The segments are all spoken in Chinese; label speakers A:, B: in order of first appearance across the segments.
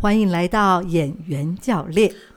A: 欢迎来到演员教练，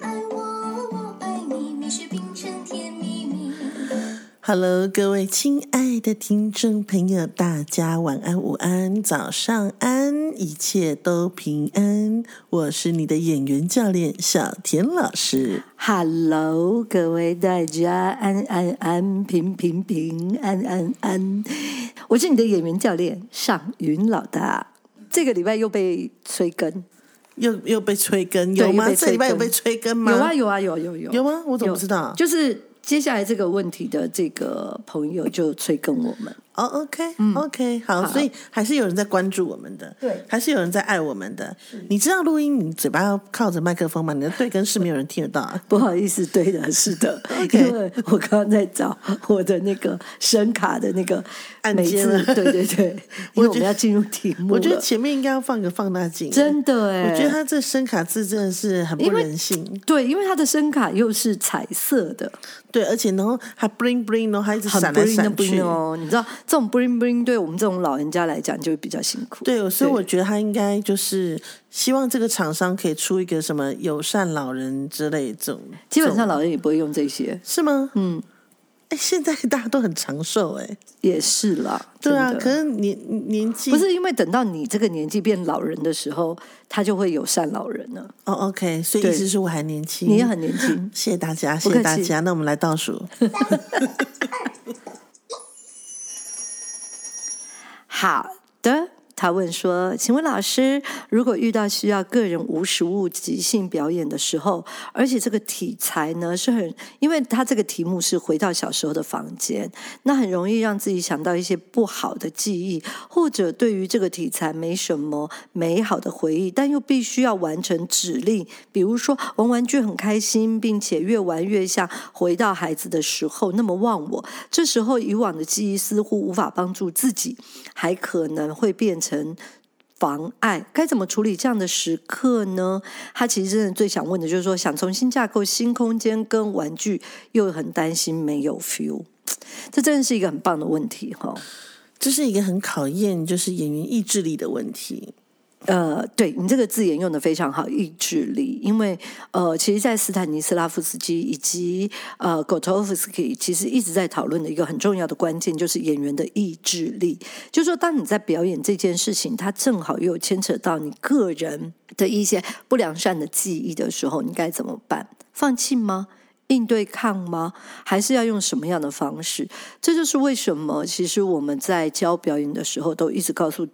B: 爱我，哦我爱你，蜜雪冰城甜蜜蜜。
C: ，Hello，各位亲爱的听众朋友，大家晚安、午安、早上安，一切都平安。我是你的演员教练小田老师。
D: Hello，各位大家安安安，平平平安安安，我是你的演员教练尚云老大。这个礼拜又被催更，
C: 又又被催更，
D: 对
C: 有吗？
D: 又被
C: 这礼拜有
D: 催更
C: 被催更吗？
D: 有啊有啊有有有
C: 有吗我怎么不知道
D: 就是接下来这个问题的这个朋友就催更我们，
C: 哦、o k o k 好，所以还是有人在关注我们的，
D: 嗯对
C: 还是有人在爱我们的。你知道录音，你嘴巴要靠着麦克风嘛？你的对跟是没有人听得到啊。
D: 不好意思，对的，是的
C: OK
D: 因为我刚刚在找我的那个声卡的那个
C: 按
D: 每
C: 键
D: 次
C: 吗
D: 对对对，因
C: 我
D: 为我
C: 觉得
D: 们要进入题目了，
C: 我觉得前面应该要放个放大镜，
D: 真的哎，
C: 我觉得他这声卡字真的是很不
D: 因为
C: 人性，
D: 对，因为它的声卡又是彩色的，
C: 对，而且然后还 bling bling，然后还一直
D: 很
C: 闪
D: b
C: 来
D: l i n 的
C: 闪
D: b l i
C: 去
D: n。哦。你知道这种 bling bling 对我们这种老人家来讲就会比较辛苦。
C: 对，所以我觉得他应该就是希望这个厂商可以出一个什么友善老人之类这种，
D: 基本
C: 这
D: 上
C: 种
D: 老人也不会用这些，
C: 是吗？
D: 嗯，
C: 哎，现在大家都很长寿哎、
D: 也是啦。
C: 对啊，
D: 真的
C: 可是年年纪
D: 不是因为等到你这个年纪变老人的时候，他就会友善老人了。
C: 哦，OK，所以意
D: 对
C: 思是我还年轻，，
D: 你也很年轻
C: 谢谢大家，谢
D: 不
C: 谢
D: 客
C: 大
D: 气
C: 家。那我们来倒数，
D: 好的。他问说：“请问老师，如果遇到需要个人无实物即兴表演的时候，而且这个题材呢是很，因为他这个题目是回到小时候的房间，那很容易让自己想到一些不好的记忆，或者对于这个题材没什么美好的回忆，但又必须要完成指令，比如说玩玩具很开心，并且越玩越像回到孩子的时候那么忘我。这时候以往的记忆似乎无法帮助自己，还可能会变成。妨碍该怎么处理这样的时刻呢？他其实真的最想问的就是说，想重新架构新空间跟玩具，又很担心没有 feel，这真的是一个很棒的问题哈、
C: 这是一个很考验就是演员意志力的问题。
D: 呃，对你这个字眼用的非常好，意志力。因为呃，其实，在斯坦尼斯拉夫斯基以及呃 Gotovsky 其实一直在讨论的一个很重要的关键，就是演员的意志力。就是说，当你在表演这件事情，它正好又牵扯到你个人的一些不良善的记忆的时候，你该怎么办？放弃吗？应对抗吗？还是要用什么样的方式？这就是为什么，其实我们在教表演的时候，都一直告诉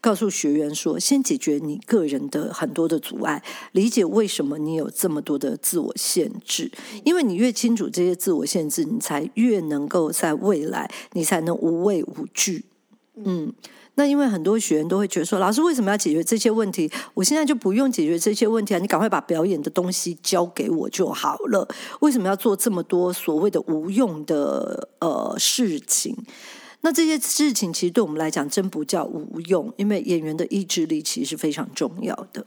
D: 告诉学员说，先解决你个人的很多的阻碍，理解为什么你有这么多的自我限制，因为你越清楚这些自我限制，你才越能够在未来，你才能无畏无惧。嗯，那因为很多学员都会觉得说，老师为什么要解决这些问题？我现在就不用解决这些问题啊！你赶快把表演的东西交给我就好了。为什么要做这么多所谓的无用的呃事情？那这些事情其实对我们来讲真不叫无用，因为演员的意志力其实是非常重要的。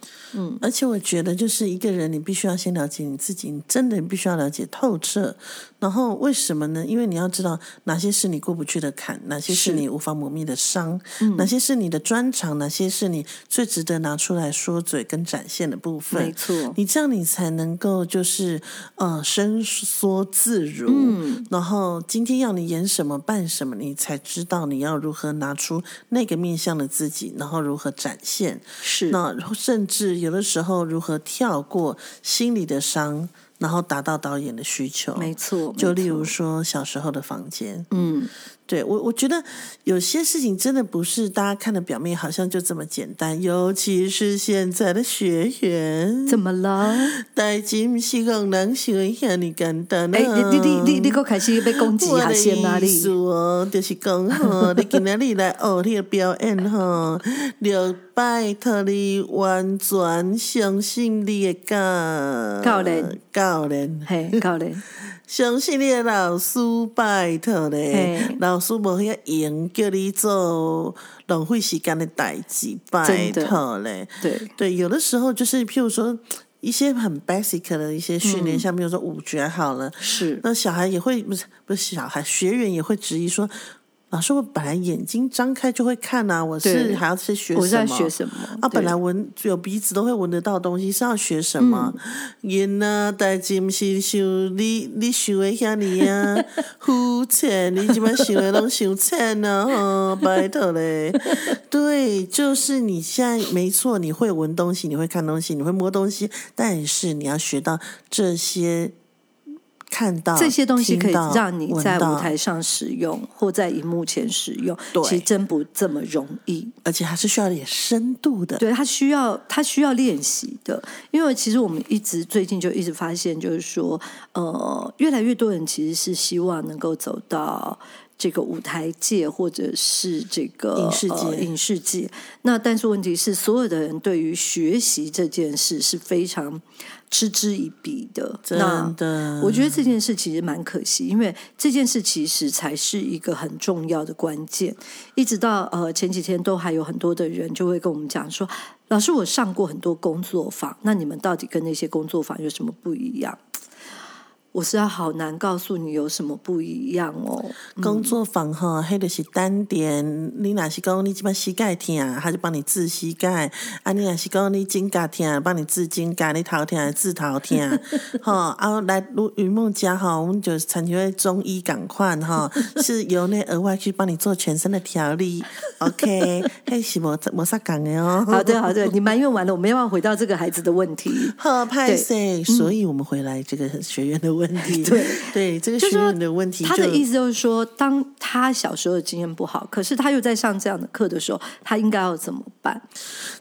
C: 而且我觉得，就是一个人，你必须要先了解你自己，你真的必须要了解透彻。然后为什么呢？因为你要知道哪些是你过不去的坎，哪些是
D: 是嗯
C: 你无法磨灭的伤，哪些是你的专长，哪些是你最值得拿出来说嘴跟展现的部分。
D: 没错，
C: 你这样你才能够就是呃伸缩自如，
D: 嗯
C: 然后今天要你演什么办什么，你才知道你要如何拿出那个面向的自己，然后如何展现，
D: 是
C: 那甚至有的时候如何跳过心里的伤，然后达到导演的需求。
D: 没错，
C: 就
D: 没
C: 例如
D: 错
C: 说小时候的房间，
D: 嗯，
C: 对我，我觉得有些事情真的不是大家看的表面好像就这么简单，尤其是现在的学员，
D: 怎么了？
C: 代志不是讲人想的遐尼简单啊！
D: 哎、你你你你你，又开始被攻击
C: 我
D: 啊？
C: 的
D: 先啊
C: 意思
D: 你？
C: 哦，就是讲吼，你今仔日来学你的表演吼， 就拜托你完全相信你的教
D: 教练，
C: 教练。
D: 嘿，教练，
C: 相信你的老师，拜托咧
D: 嘿，
C: 老师无遐闲，叫你做浪费时间的代志，拜
D: 真的
C: 托咧。
D: 对，
C: 对，有的时候就是譬如说一些很 basic 的一些训
D: 嗯
C: 练，像比如说五觉好了，
D: 是，
C: 那小孩也会不是不是小孩，学员也会质疑说，老师，我本来眼睛张开就会看啊，我是
D: 对
C: 还要去学什么？
D: 我在学什么？
C: 啊，
D: 对
C: 本来闻有鼻子都会闻得到的东西，是要学什么？
D: 嗯
C: 因啊，代志毋是想你，你想的遐尼啊，肤浅，你即摆想的拢想浅啊，吼，拜托嘞。对，就是你现在没错，你会闻东西，你会看东西，你会摸东西，但是你要学到这些。看到
D: 这些东西可以
C: 啊听到
D: 让你
C: 闻
D: 在
C: 到
D: 舞台上使用，或在荧幕前使用，
C: 对
D: 其实真不这么容易。
C: 而且还是需要一点深度的。
D: 对他需要他需要练习的，因为其实我们一直最近就一直发现，就是说，呃，越来越多人其实是希望能够走到。这个舞台界或者是这个
C: 影视界
D: 呃影视界，那但是问题是，所有的人对于学习这件事是非常嗤之以鼻的。
C: 真
D: 那
C: 的，
D: 我觉得这件事其实蛮可惜，因为这件事其实才是一个很重要的关键。一直到呃前几天都还有很多的人就会跟我们讲说，老师我上过很多工作坊，那你们到底跟那些工作坊有什么不一样？我实在好难告诉你有什么不一样哦。
C: 工作坊哈，迄就是单点。你若是讲你即摆膝盖疼，他就帮你治膝盖；啊，你若是讲你肩胛疼，帮你治肩胛；你头疼治头 疼。吼、啊，来如云梦家哈，我们就参像中医赶快哈， 是由内而外去帮你做全身的调理。OK，迄是无无啥讲的哦。
D: 好的，好的，你埋怨完了，我们要不要回到这个孩子的问题。
C: 好，派谁？
D: 嗯
C: 所以我们回来这个学员的问 题，对对，这个
D: 就
C: 学
D: 是说
C: 员的问题就，
D: 他的意思就是说，当他小时候的经验不好，可是他又在上这样的课的时候，他应该要怎么办？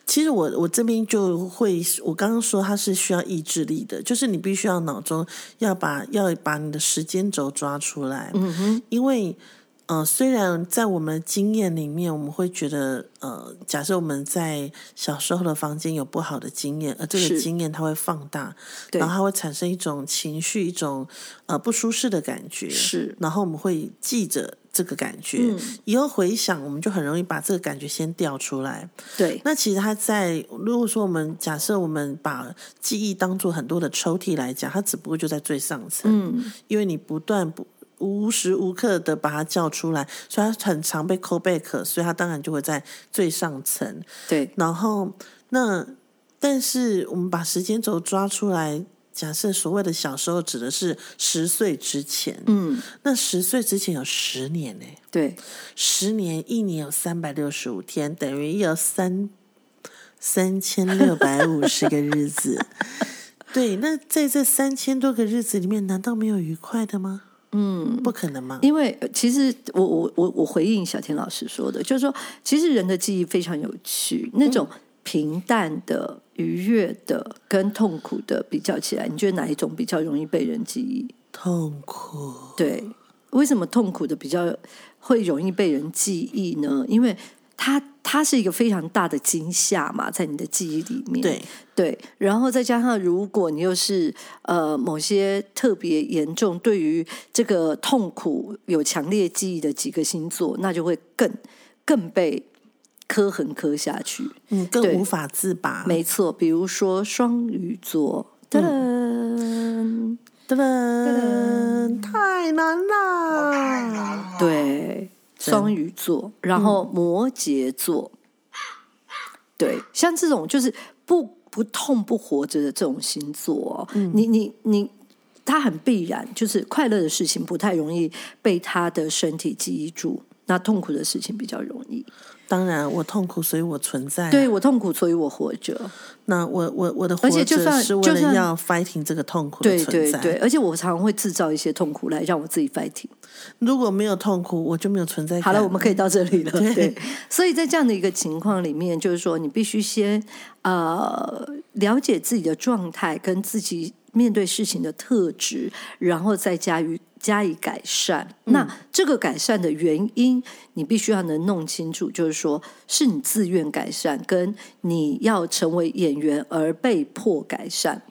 C: 其实我我这边就会，我刚刚说它是需要意志力的，就是你必须要脑中要把要把你的时间轴抓出来，嗯哼，因为。呃，虽然在我们的经验里面，我们会觉得，呃，假设我们在小时候的房间有不好的经验，而这个
D: 是
C: 经验它会放大，
D: 对
C: 然后它会产生一种情绪，一种呃不舒适的感觉，
D: 是嗯
C: 然后我们会记着这个感觉，以后回想，我们就很容易把这个感觉先调出来，
D: 对，
C: 那其实它在，如果说我们假设我们把记忆当做很多的抽屉来讲，它只不过就在最上层，
D: 嗯，
C: 因为你不断不无时无刻的把它叫出来，所以它很常被 call back，所以它当然就会在最上层。
D: 对，
C: 然后那但是我们把时间轴抓出来，假设所谓的小时候指的是十岁之前，
D: 嗯，
C: 那十岁之前有十年欸呢、
D: 对，
C: 十年一年有三百六十五天，等于有三三千六百五十个日子。对，那在这三千多个日子里面，难道没有愉快的吗？嗯，不可能嘛。
D: 因为呃其实我我我我回应小田老师说的，就是说，其实人的记忆非常有趣，那种平淡的、愉悦的跟痛苦的比较起来，你觉得哪一种比较容易被人记忆？
C: 痛苦，
D: 对，为什么痛苦的比较会容易被人记忆呢？因为它它是一个非常大的惊吓嘛，在你的记忆里面。
C: 对，
D: 对，然后再加上，如果你又是呃某些特别严重，对于这个痛苦有强烈记忆的几个星座，那就会更更被磕痕磕下去。
C: 嗯，更
D: 对
C: 无法自拔。
D: 没错，比如说双鱼座，噔噔、
C: 噔噔，太难啦！
D: 对，双鱼座，然后摩羯座，对，像这种就是不不痛不活着的这种星座、哦，
C: 嗯
D: 你你你，它很必然，就是快乐的事情不太容易被他的身体记忆住。那痛苦的事情比较容易。
C: 当然，我痛苦，所以我存在啊。
D: 对我痛苦，所以我活着。
C: 那我我我的活
D: 而且就
C: 着
D: 算
C: 是为
D: 就
C: 了
D: 算
C: 要 fighting 这个痛苦的
D: 对
C: 存
D: 对
C: 在。
D: 对，而且我常常会制造一些痛苦来让我自己 fighting。
C: 如果没有痛苦，我就没有存在感。
D: 好了，我们可以到这里了。
C: 对
D: 对，所以在这样的一个情况里面，就是说你必须先呃了解自己的状态跟自己面对事情的特质，然后再加于加以改善。那这个改善的原因，你必须要能弄清楚，就是说是你自愿改善，跟你要成为演员而被迫改善。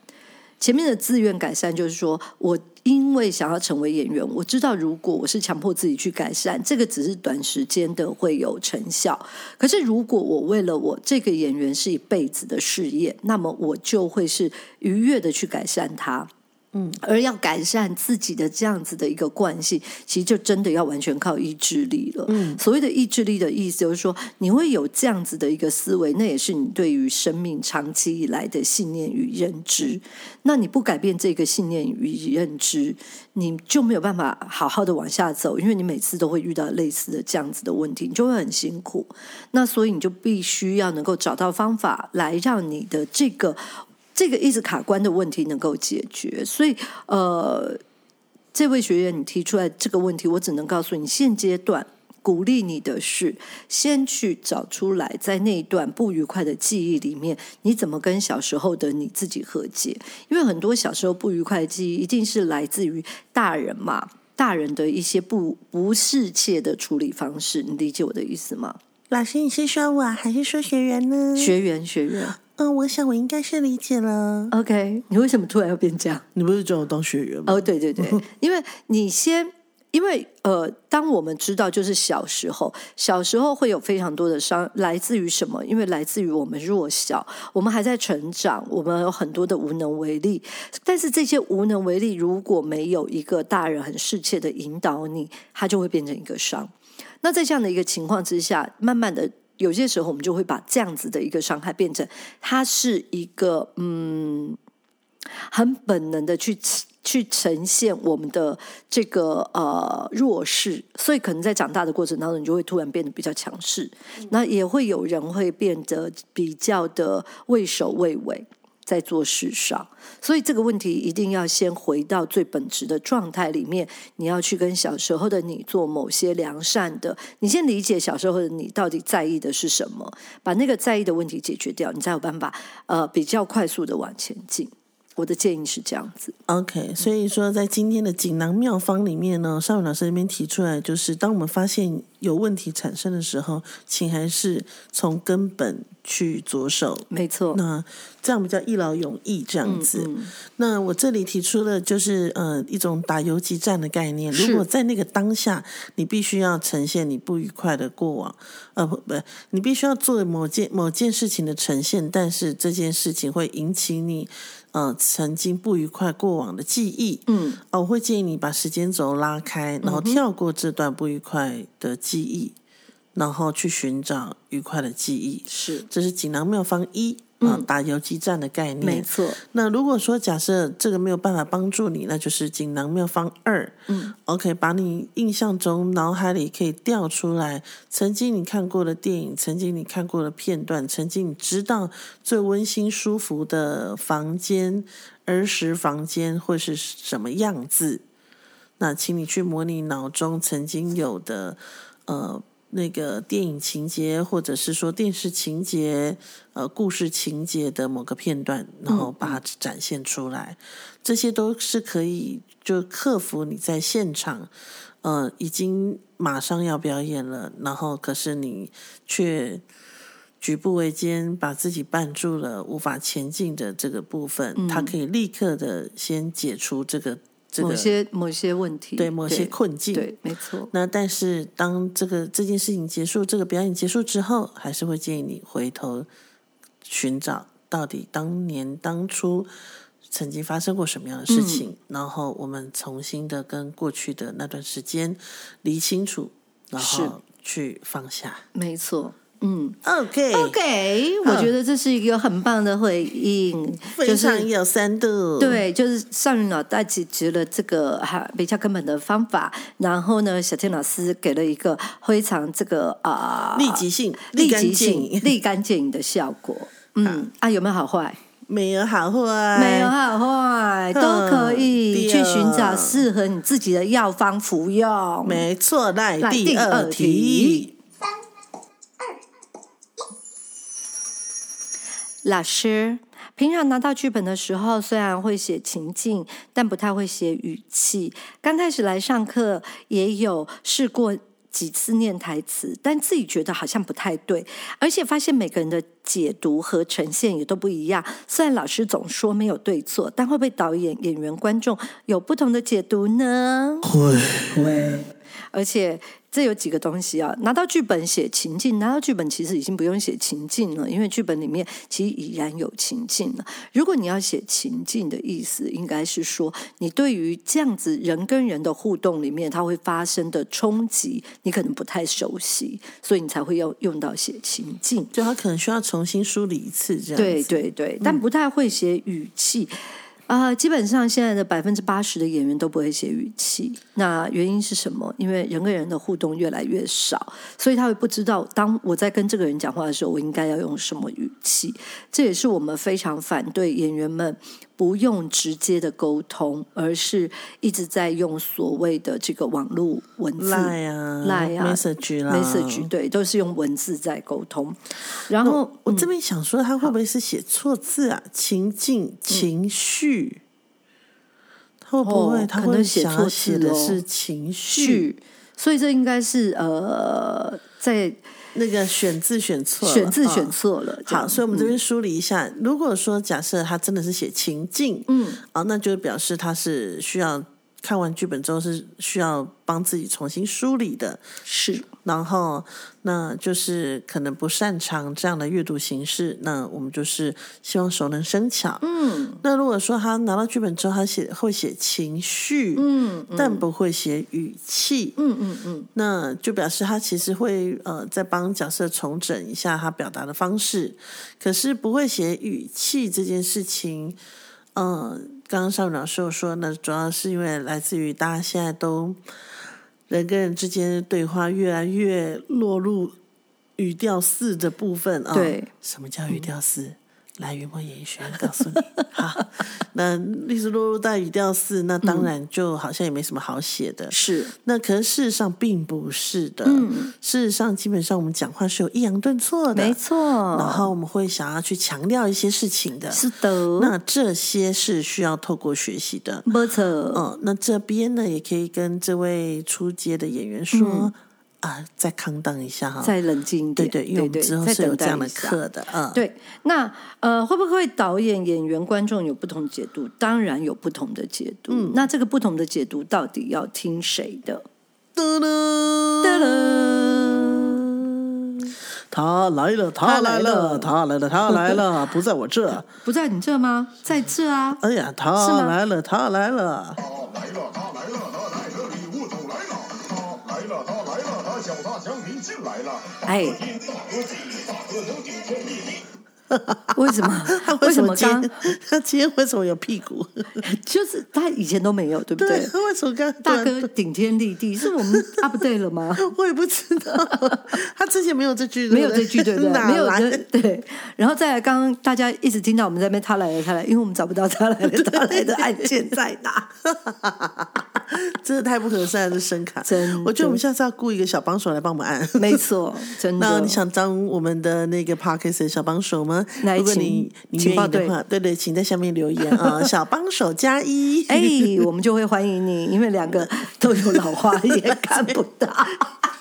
D: 前面的自愿改善就是说我因为想要成为演员，我知道如果我是强迫自己去改善，这个只是短时间的会有成效。可是如果我为了我这个演员是一辈子的事业，那么我就会是愉悦的去改善它。嗯，而要改善自己的这样子的一个惯性，其实就真的要完全靠意志力了。嗯，所谓的意志力的意思就是说，你会有这样子的一个思维，那也是你对于生命长期以来的信念与认知。那你不改变这个信念与认知，你就没有办法好好的往下走，因为你每次都会遇到类似的这样子的问题，你就会很辛苦。那所以你就必须要能够找到方法来让你的这个这个一直卡关的问题能够解决。所以呃，这位学员你提出来这个问题，我只能告诉你，现阶段。鼓励你的是，先去找出来，在那一段不愉快的记忆里面，你怎么跟小时候的你自己和解？因为很多小时候不愉快的记忆，一定是来自于大人嘛，大人的一些不不适切的处理方式。你理解我的意思吗？
C: 老师，你是说我还是说学员呢？
D: 学员，学员
C: 嗯、我想我应该是理解了。
D: ，OK，你为什么突然要变这样？
C: 你不是叫我当学员吗？
D: 哦，对对对，因为你先，因为呃，当我们知道就是小时候，小时候会有非常多的伤，来自于什么？因为来自于我们弱小，我们还在成长，我们有很多的无能为力。但是这些无能为力，如果没有一个大人很适切的引导你，它就会变成一个伤。那在这样的一个情况之下，慢慢的。有些时候，我们就会把这样子的一个伤害变成，它是一个嗯，很本能的去去呈现我们的这个呃弱势，所以可能在长大的过程当中，你就会突然变得比较强势，那也会有人会变得比较的畏首畏尾。在做事上，所以这个问题一定要先回到最本质的状态里面。你要去跟小时候的你做某些良善的，你先理解小时候的你到底在意的是什么，把那个在意的问题解决掉，你才有办法呃比较快速的往前进。我的建议是这样子，
C: 哦 OK，所以说在今天的锦囊妙方里面呢，邵文老师那边提出来，就是当我们发现有问题产生的时候，请还是从根本去着手。
D: 没错。
C: 那这样比较一劳永逸，这样子。
D: 嗯
C: 那我这里提出了就是呃一种打游击战的概念。
D: 是
C: 如果在那个当下，你必须要呈现你不愉快的过往，呃不不，你必须要做某件某件事情的呈现，但是这件事情会引起你呃曾经不愉快过往的记忆。
D: 嗯，
C: 哦，我会建议你把时间轴拉开，然后跳过这段不愉快的记忆，然后去寻找愉快的记忆。
D: 是
C: 这是锦囊妙方一
D: 嗯
C: 啊、打游击战的概念。
D: 没错，
C: 那如果说假设这个没有办法帮助你，那就是锦囊妙方二。嗯，OK，把你印象中脑海里可以调出来，曾经你看过的电影，曾经你看过的片段，曾经你知道最温馨舒服的房间、儿时房间会是什么样子。那请你去模拟脑中曾经有的呃那个电影情节，或者是说电视情节、呃故事情节的某个片段，然
D: 嗯
C: 后把它展现出来，这些都是可以就克服你在现场，呃，已经马上要表演了，然后可是你却。举步维艰，把自己绊住了，无法前进的这个部分，它可以立刻的先解除这个这个
D: 嗯某些某些问题，
C: 对某些困境。
D: 对，没错，
C: 那但是当这个这件事情结束，这个表演结束之后，还是会建议你回头寻找到底当年当初曾经发生过什么样的
D: 嗯
C: 事情，然后我们重新的跟过去的那段时间理清楚，然
D: 是
C: 后去放下。
D: 没错。嗯
C: OK，,
D: ，OK，我觉得这是一个很棒的回应，
C: 非常有深度。，
D: 对，就是少女脑袋解决了这个哈比较根本的方法，然后呢，小天老师给了一个非常这个啊、
C: 立即性、
D: 立
C: 竿
D: 即
C: 见
D: 性、
C: 影，
D: 立竿见影的效 果。嗯啊，有没有好坏？
C: 没有好坏，
D: 没有好坏，都可以
C: 嗯
D: 去寻
C: 对
D: 找
C: 哦
D: 适合你自己的药方服用。
C: 没错，来
D: 来
C: 第
D: 第
C: 二
D: 二
C: 题
D: 题。老师，平常拿到剧本的时候，虽然会写情境，但不太会写语气。刚开始来上课，也有试过几次念台词，但自己觉得好像不太对，而且发现每个人的解读和呈现也都不一样。虽然老师总说没有对错，但会不会导演、演员、观众有不同的解读呢？
C: 会
D: 而且这有几个东西啊，拿到剧本写情境，拿到剧本其实已经不用写情境了，因为剧本里面其实已然有情境了。如果你要写情境的意思，应该是说你对于这样子人跟人的互动里面，它会发生的冲击，你可能不太熟悉，所以你才会要用到写情境。
C: 就他可能需要重新梳理一次，这样
D: 对
C: 子嗯
D: 对对，但不太会写语气。啊、基本上现在的百分之八十的演员都不会写语气，那原因是什么？因为人跟人的互动越来越少，所以他会不知道，当我在跟这个人讲话的时候，我应该要用什么语气。这也是我们非常反对演员们不用直接的沟通，而是一直在用所谓的这个网络文字
C: 赖啊
D: 赖啊
C: message 啦
D: message，对，都是用文字在沟通。然后
C: 我这边想说，他会不会是写错字啊？情境、情绪，他会不会
D: 哦
C: 他
D: 可
C: 会
D: 能写
C: 想要
D: 错
C: 写
D: 字
C: 的
D: 咯
C: 是情绪？
D: 剧，嗯所以这应该是呃，在
C: 那个选字选错了，
D: 选字
C: 哦
D: 选错了。这
C: 好，
D: 样嗯
C: 所以我们这边梳理一下，如果说假设他真的是写情境，嗯，啊，那就表示他是需要看完剧本之后是需要帮自己重新梳理的，
D: 是
C: 然后那就是可能不擅长这样的阅读形式，那我们就是希望熟能生巧，嗯。那如果说他拿到剧本之后，他写会写情绪，嗯，但不会写语气，嗯嗯嗯，那就表示他其实会呃在帮角色重整一下他表达的方式，可是不会写语气这件事情，呃，刚刚邵老师有说，那主要是因为来自于大家现在都人跟人之间的对话越来越落入语调四的部分啊。
D: 对，
C: 什么叫语调四？来，云梦演艺学院告 诉你。好，那一直落入到语调四，那当然就好像也没什么好写的。
D: 是
C: 那可是事实上并不是的，事实上基本上我们讲话是有抑扬顿挫的，
D: 没错，
C: 然后我们会想要去强调一些事情的，
D: 是的，
C: 那这些是需要透过学习的。
D: 没错，
C: 嗯，那这边呢，也可以跟这位出街的演员说、啊，再抗当一下哈。
D: 再冷静一
C: 对
D: 点，
C: 对，因为我们之后
D: 再
C: 是有
D: 等
C: 这
D: 待
C: 样的
D: 一下
C: 课的，嗯，
D: 对，那呃，会不会导演、演员、观众有不同解读？当然有不同的解读。
C: 嗯
D: 那这个不同的解读到底要听谁的？
C: 嘟噜
D: 哒啦
C: 他来了，他
D: 他
C: 来
D: 来
C: 了，
D: 了
C: 他来了，他来了，不在我这。
D: 不在你这吗？在这啊，
C: 哎呀，
D: 是
C: 他
D: 吗
C: 来了，他来了。
E: 他来了，他来了，他带着礼物走来了。他来了，他来了，他小大祥您进来了。
D: 哎
E: 大哥金，大哥金，大哥能顶天立地。
D: 为什 么
C: 他？
D: 为
C: 什
D: 什
C: 么
D: 么
C: 今
D: 刚
C: 天他今天为什么有屁股？
D: 就是他以前都没有，对不对
C: 对，？他为什么刚突
D: 大
C: 然
D: 哥啊顶天立地，是我们 update 了吗？
C: 我也不知道，他之前没有这句，
D: 没有这句，对不对？
C: 哪
D: 没有
C: 来
D: 的，对。然后再来，刚刚大家一直听到我们在那边他来了，他来，因为我们找不到他来了，他来的案件 在哪？
C: 真的太不和善了，这声卡。
D: 真的
C: 我觉得我们下次要雇一个小帮手来帮我们按。
D: 没错，真
C: 那
D: 的。
C: 你想当我们的那个 p o d c a s t 小帮手吗？
D: 来
C: 如果
D: 请
C: 你你
D: 请
C: 愿
D: 报
C: 意的
D: 队
C: 话，对对，请在下面留言 啊，小帮手加一。
D: 哎，我们就会欢迎你，因为两个都有老花眼，看不 到。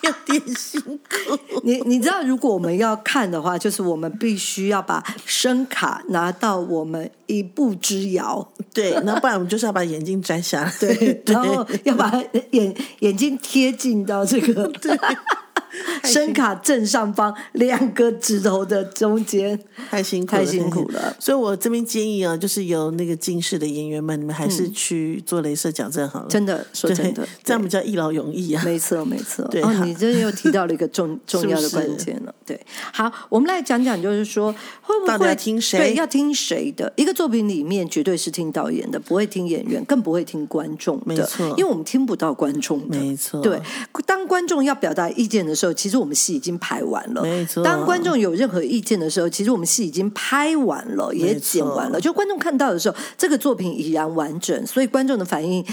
C: 有点辛苦。
D: 你你知道，如果我们要看的话，就是我们必须要把声卡拿到我们一步之遥，
C: 对，那不然我们就是要把眼镜摘下来。
D: 对，
C: 对
D: 然后要把眼眼睛贴近到这个
C: 对
D: 声卡正上方两个指头的中间，
C: 太辛苦了，
D: 太辛苦了。
C: 所以我这边建议啊，就是有那个近视的演员们，你们还是去做镭射矫正好了。
D: 真的说
C: 对
D: 真的
C: 这样比较一劳永逸啊。
D: 没错，没错。
C: 对
D: 哦
C: 好，
D: 你这又提到了一个 重重要的关键了。对，好，我们来讲讲，就是说会不
C: 到底
D: 会
C: 要听谁
D: 对，要听谁的？一个作品里面绝对是听导演的，不会听演员，更不会听观众的，
C: 没错
D: 因为我们听不到观众的。
C: 没错
D: 对，当观众要表达意见的时候，其实我们戏已经排完了。
C: 没错
D: 当观众有任何意见的时候，其实我们戏已经拍完了，也
C: 没错
D: 剪完了。就观众看到的时候，这个作品已然完整，所以观众的反应。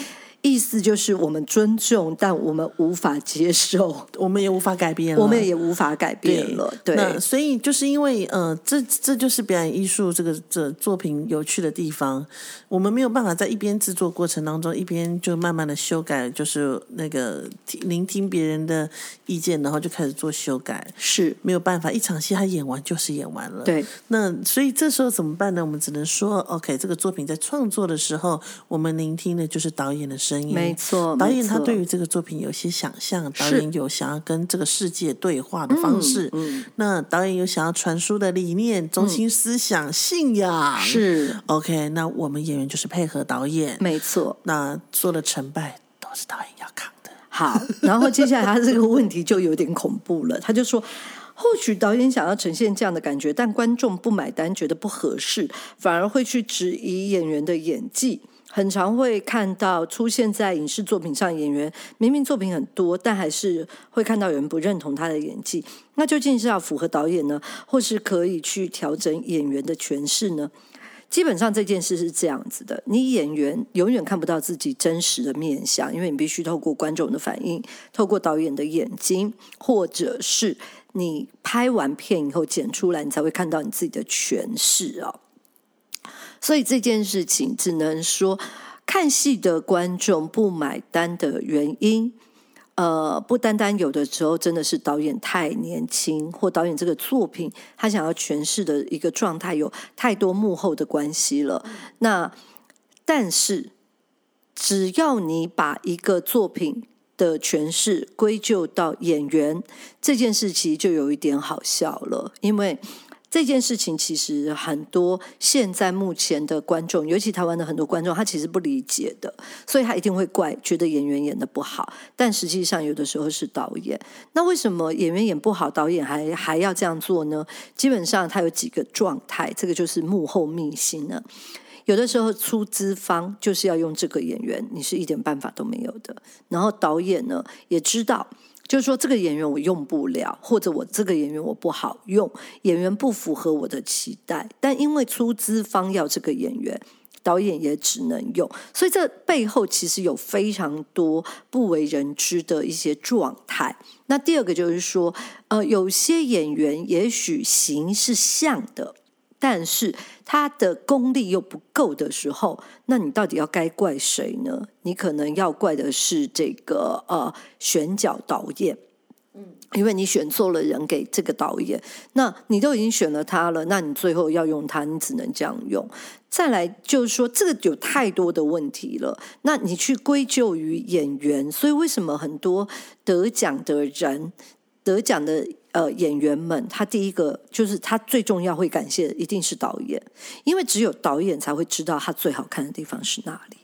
D: 意思就是我们尊重，但我们无法接受，
C: 我们也无法改变了，
D: 我们也无法改变了。对，
C: 啊那所以就是因为呃，这这就是表演艺术这个这作品有趣的地方。我们没有办法在一边制作过程当中，一边就慢慢的修改，就是那个听聆听别人的意见，然后就开始做修改。
D: 是
C: 没有办法，一场戏他演完就是演完了。
D: 对，
C: 那所以这时候怎么办呢？我们只能说，OK，这个作品在创作的时候，我们聆听的就是导演的声音，
D: 没错
C: 导演
D: 没错
C: 他对于这个作品有些想象，导
D: 是嗯
C: 演有想要跟这个世界对话的方式，那导演有想要传输的理念、中心思想、信仰，
D: 嗯是
C: OK。那我们演员就是配合导演，
D: 没错。
C: 那做了成败都是导演要扛的。
D: 好，然后接下来他这个问题就有点恐怖了，他就说。或许导演想要呈现这样的感觉，但观众不买单，觉得不合适，反而会去质疑演员的演技。很常会看到出现在影视作品上，演员明明作品很多，但还是会看到有人不认同他的演技。那究竟是要符合导演呢，或是可以去调整演员的诠释呢？基本上这件事是这样子的：你演员永远看不到自己真实的面相，因为你必须透过观众的反应，透过导演的眼睛，或者是你拍完片以后剪出来，你才会看到你自己的诠释哦。所以这件事情只能说，看戏的观众不买单的原因，呃，不单单有的时候真的是导演太年轻，或导演这个作品他想要诠释的一个状态有太多幕后的关系了。那但是，只要你把一个作品的诠释归咎到演员这件事，其实就有一点好笑了，因为。这件事情其实很多现在目前的观众，尤其台湾的很多观众，他其实不理解的，所以他一定会怪觉得演员演的不好，但实际上有的时候是导演。那为什么演员演不好，导演还还要这样做呢？基本上他有几个状态，这个就是幕后秘辛了。有的时候出资方就是要用这个演员，你是一点办法都没有的。然后导演呢也知道，就是说这个演员我用不了，或者我这个演员我不好用，演员不符合我的期待。但因为出资方要这个演员。导演也只能用，所以这背后其实有非常多不为人知的一些状态。那第二个就是说，呃，有些演员也许形是像的，但是他的功力又不够的时候，那你到底要该怪谁呢？你可能要怪的是这个呃选角导演。因为你选错了人给这个导演，那你都已经选了他了，那你最后要用他，你只能这样用。再来就是说，这个有太多的问题了，那你去归咎于演员，所以为什么很多得奖的人，得奖的呃演员们，他第一个就是他最重要会感谢的一定是导演，因为只有导演才会知道他最好看的地方是哪里。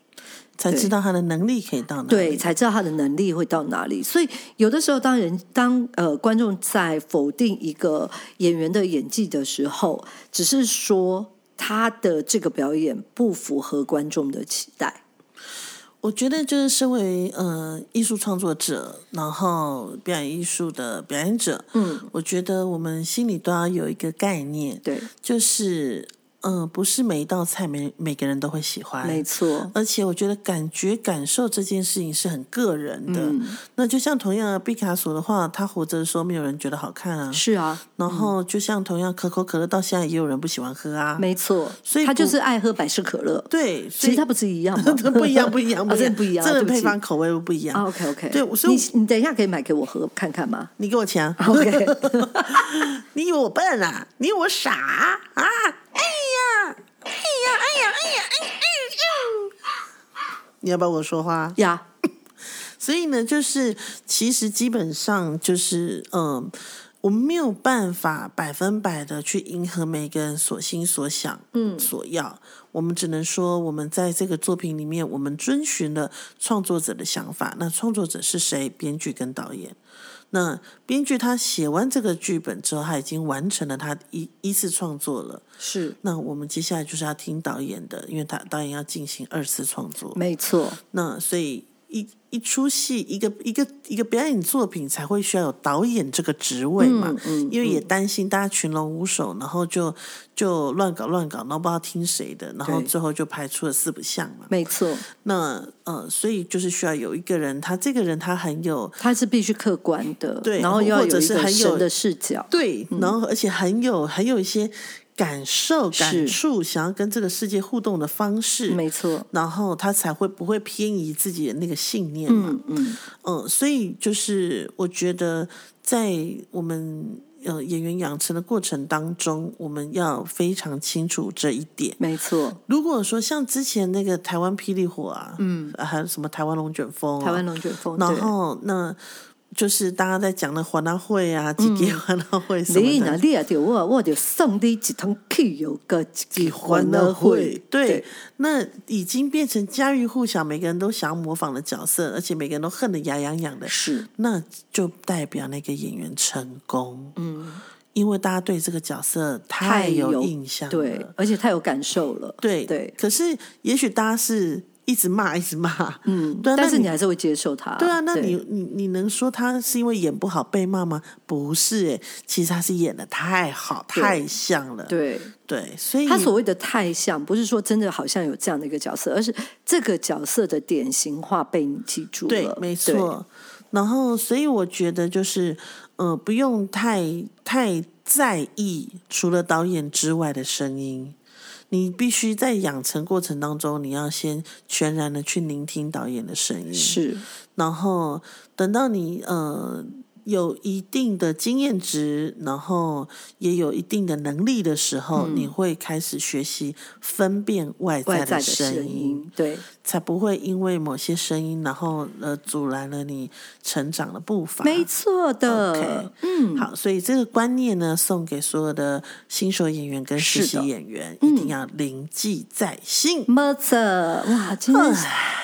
C: 才
D: 对
C: 知道他的能力可以到哪里。
D: 对，才知道他的能力会到哪里。所以有的时候，当人当呃观众在否定一个演员的演技的时候，只是说他的这个表演不符合观众的期待。
C: 我觉得就是身为呃艺术创作者，然后表演艺术的表演者，
D: 嗯，
C: 我觉得我们心里都要有一个概念，
D: 对，
C: 就是嗯、呃不是每一道菜每每个人都会喜欢，
D: 没错，
C: 而且我觉得感觉感受这件事情是很个人的。
D: 嗯
C: 那就像同样的毕卡索的话，他活着的时候没有人觉得好看啊，
D: 是啊，
C: 然后就像同样可口可乐到现在也有人不喜欢喝啊，
D: 没错。
C: 所以
D: 他就
C: 不
D: 是爱喝百事可乐，
C: 对，
D: 其
C: 所
D: 实
C: 以？
D: 它不是一样吗
C: 不一样，不一 样，
D: 啊真的不一样，
C: 真的
D: 对不
C: 配
D: 起
C: 方口味不一样。
D: 啊，OK OK，
C: 对所以
D: 你你等一下可以买给我喝看看吗
C: 你给我钱，
D: ？OK，
C: 你以为我笨啊？你以为我傻啊？哎呀，哎呀，哎呀，哎呀，哎呀，哎呀！你要不要我说话？
D: 呀，
C: 所以呢，就是其实基本上就是嗯。我们没有办法百分百的去迎合每个人所心所想，嗯，所要。我们只能说，我们在这个作品里面，我们遵循了创作者的想法。那创作者是谁？编剧跟导演。那编剧他写完这个剧本之后，他已经完成了他一一次创作了。
D: 是
C: 那我们接下来就是要听导演的，因为他导演要进行二次创作。
D: 没错，
C: 那所以一一出戏，一个一个一个表演作品才会需要有导演这个职位嘛，
D: 嗯
C: 因为也担心大家群龙无首，然后就就乱搞乱搞，然后不知道听谁的，然后
D: 对
C: 最后就排出了四不像嘛。
D: 没错，
C: 那呃，所以就是需要有一个人，他这个人他很有
D: 他是必须客观的，
C: 对
D: 然后要
C: 或
D: 有
C: 者
D: 一
C: 是
D: 个
C: 很有
D: 神的视角，
C: 对，嗯然后而且很有很有一些感受、感
D: 是
C: 触，想要跟这个世界互动的方式，
D: 没错，
C: 然后他才会不会偏移自己的那个信念嘛。
D: 嗯嗯，
C: 嗯，所以就是我觉得在我们呃演员养成的过程当中，我们要非常清楚这一点。
D: 没错，
C: 如果说像之前那个台湾霹雳火啊，嗯，还有什么台湾龙卷风、啊
D: 台湾龙卷风，
C: 然
D: 对
C: 后那就是大家在讲的环拉会啊，几给环拉会什
D: 你
C: 么
D: 那
C: 的。
D: 你也着我，我就送你一桶汽油个一支欢
C: 环
D: 乐
C: 乐
D: 会
C: 会，，对，那已经变成家喻户晓，每个人都想要模仿的角色，而且每个人都恨得牙痒痒的。
D: 是
C: 那就代表那个演员成功。嗯，因为大家对这个角色太有印象了。
D: 对，而且太有感受了，
C: 对
D: 对，
C: 可是也许大家是一直骂，一直骂。
D: 嗯，
C: 对啊
D: 但
C: 那
D: 是
C: 你
D: 你还是会接受他，
C: 对啊，那你你你能说他是因为演不好被骂吗？不是、欸，其实他是演的太好，
D: 对
C: 太像了。
D: 对。
C: 对，所以
D: 他所谓的太像，不是说真的好像有这样的一个角色，而是这个角色的典型化被你记住了。
C: 对，没错。然后，所以我觉得就是，呃，不用太太在意除了导演之外的声音。你必须在养成过程当中，你要先全然的去聆听导演的声音，
D: 对，是
C: 然后等到你呃有一定的经验值，然后也有一定的能力的时候，你会开始学习分辨外
D: 嗯外
C: 在
D: 在
C: 的
D: 的声
C: 音
D: 音，对，
C: 才不会因为某些声音，然后呃阻拦了你成长的步伐。
D: 没错的
C: OK，嗯，好，所以这个观念呢，送给所有的新手演员跟实
D: 是
C: 习
D: 的
C: 演员，一定要铭记在心。
D: 没错。哇，今天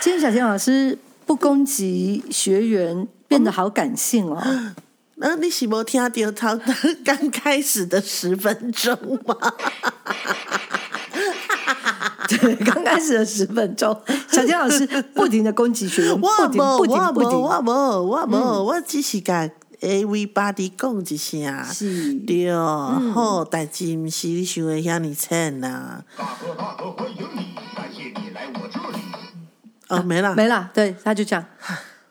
D: 今天小田老师不攻击学员，变得好感性 哦。
C: 呃，你喜不听到他 刚开始的十分钟吗？
D: 对，刚开始的十分 钟，小田老师不停的攻击学员，不
C: 我
D: 停不
C: 无，我
D: 停不
C: 无，
D: 停，
C: 我无，我无，我只是甲 everybody 讲一声，啊
D: 是
C: 对，哦好，代志毋是你想的遐尼浅啊。
E: 大哥大哥，欢迎你，感谢你来我这里。
C: 哦，没啦，
D: 没了。对，他就这样。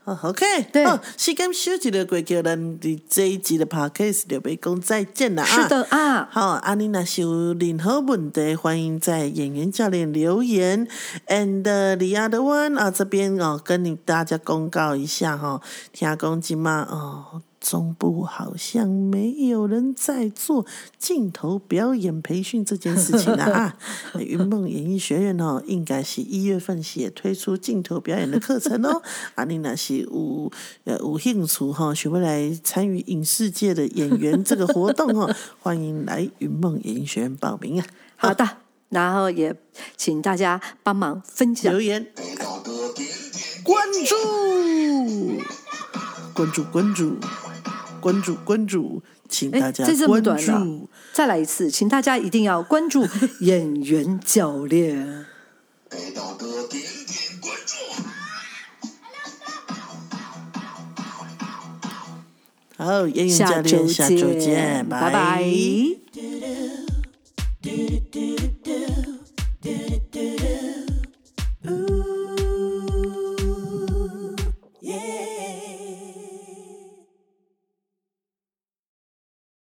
C: 哦，OK，
D: 对
C: 哦，时间小一个过去，咱伫这一集的 podcast 就要讲再见啦。
D: 是的。啊，
C: 好，啊，你若是有任何问题，欢迎在演员教练留言。And uh, the other one 啊，这边哦，跟你大家公告一下哈、哦，听公鸡妈哦，中部好像没有人在做镜头表演培训这件事情 啊啊。云梦演艺学院哦，应该是一月份是也推出镜头表演的课程哦。 啊，你若是有呃有兴趣哈、哦，想要来参与影视界的演员这个活动 哦，欢迎来云梦演艺学院报名啊。
D: 好的，然后也请大家帮忙分享
C: 留言
E: 给大哥点点
C: 关注，关注关注关注关注，请大
D: 哎，
C: 家
D: 这这么
C: 关
D: 短了、
C: 注。
D: 再来一次，请大家一定要关注演员教练。
E: 给大哥点点关注。
C: 好，演员教练，下周见，
D: 拜拜。
C: 拜
B: 嘟嘟嘟嘟嘟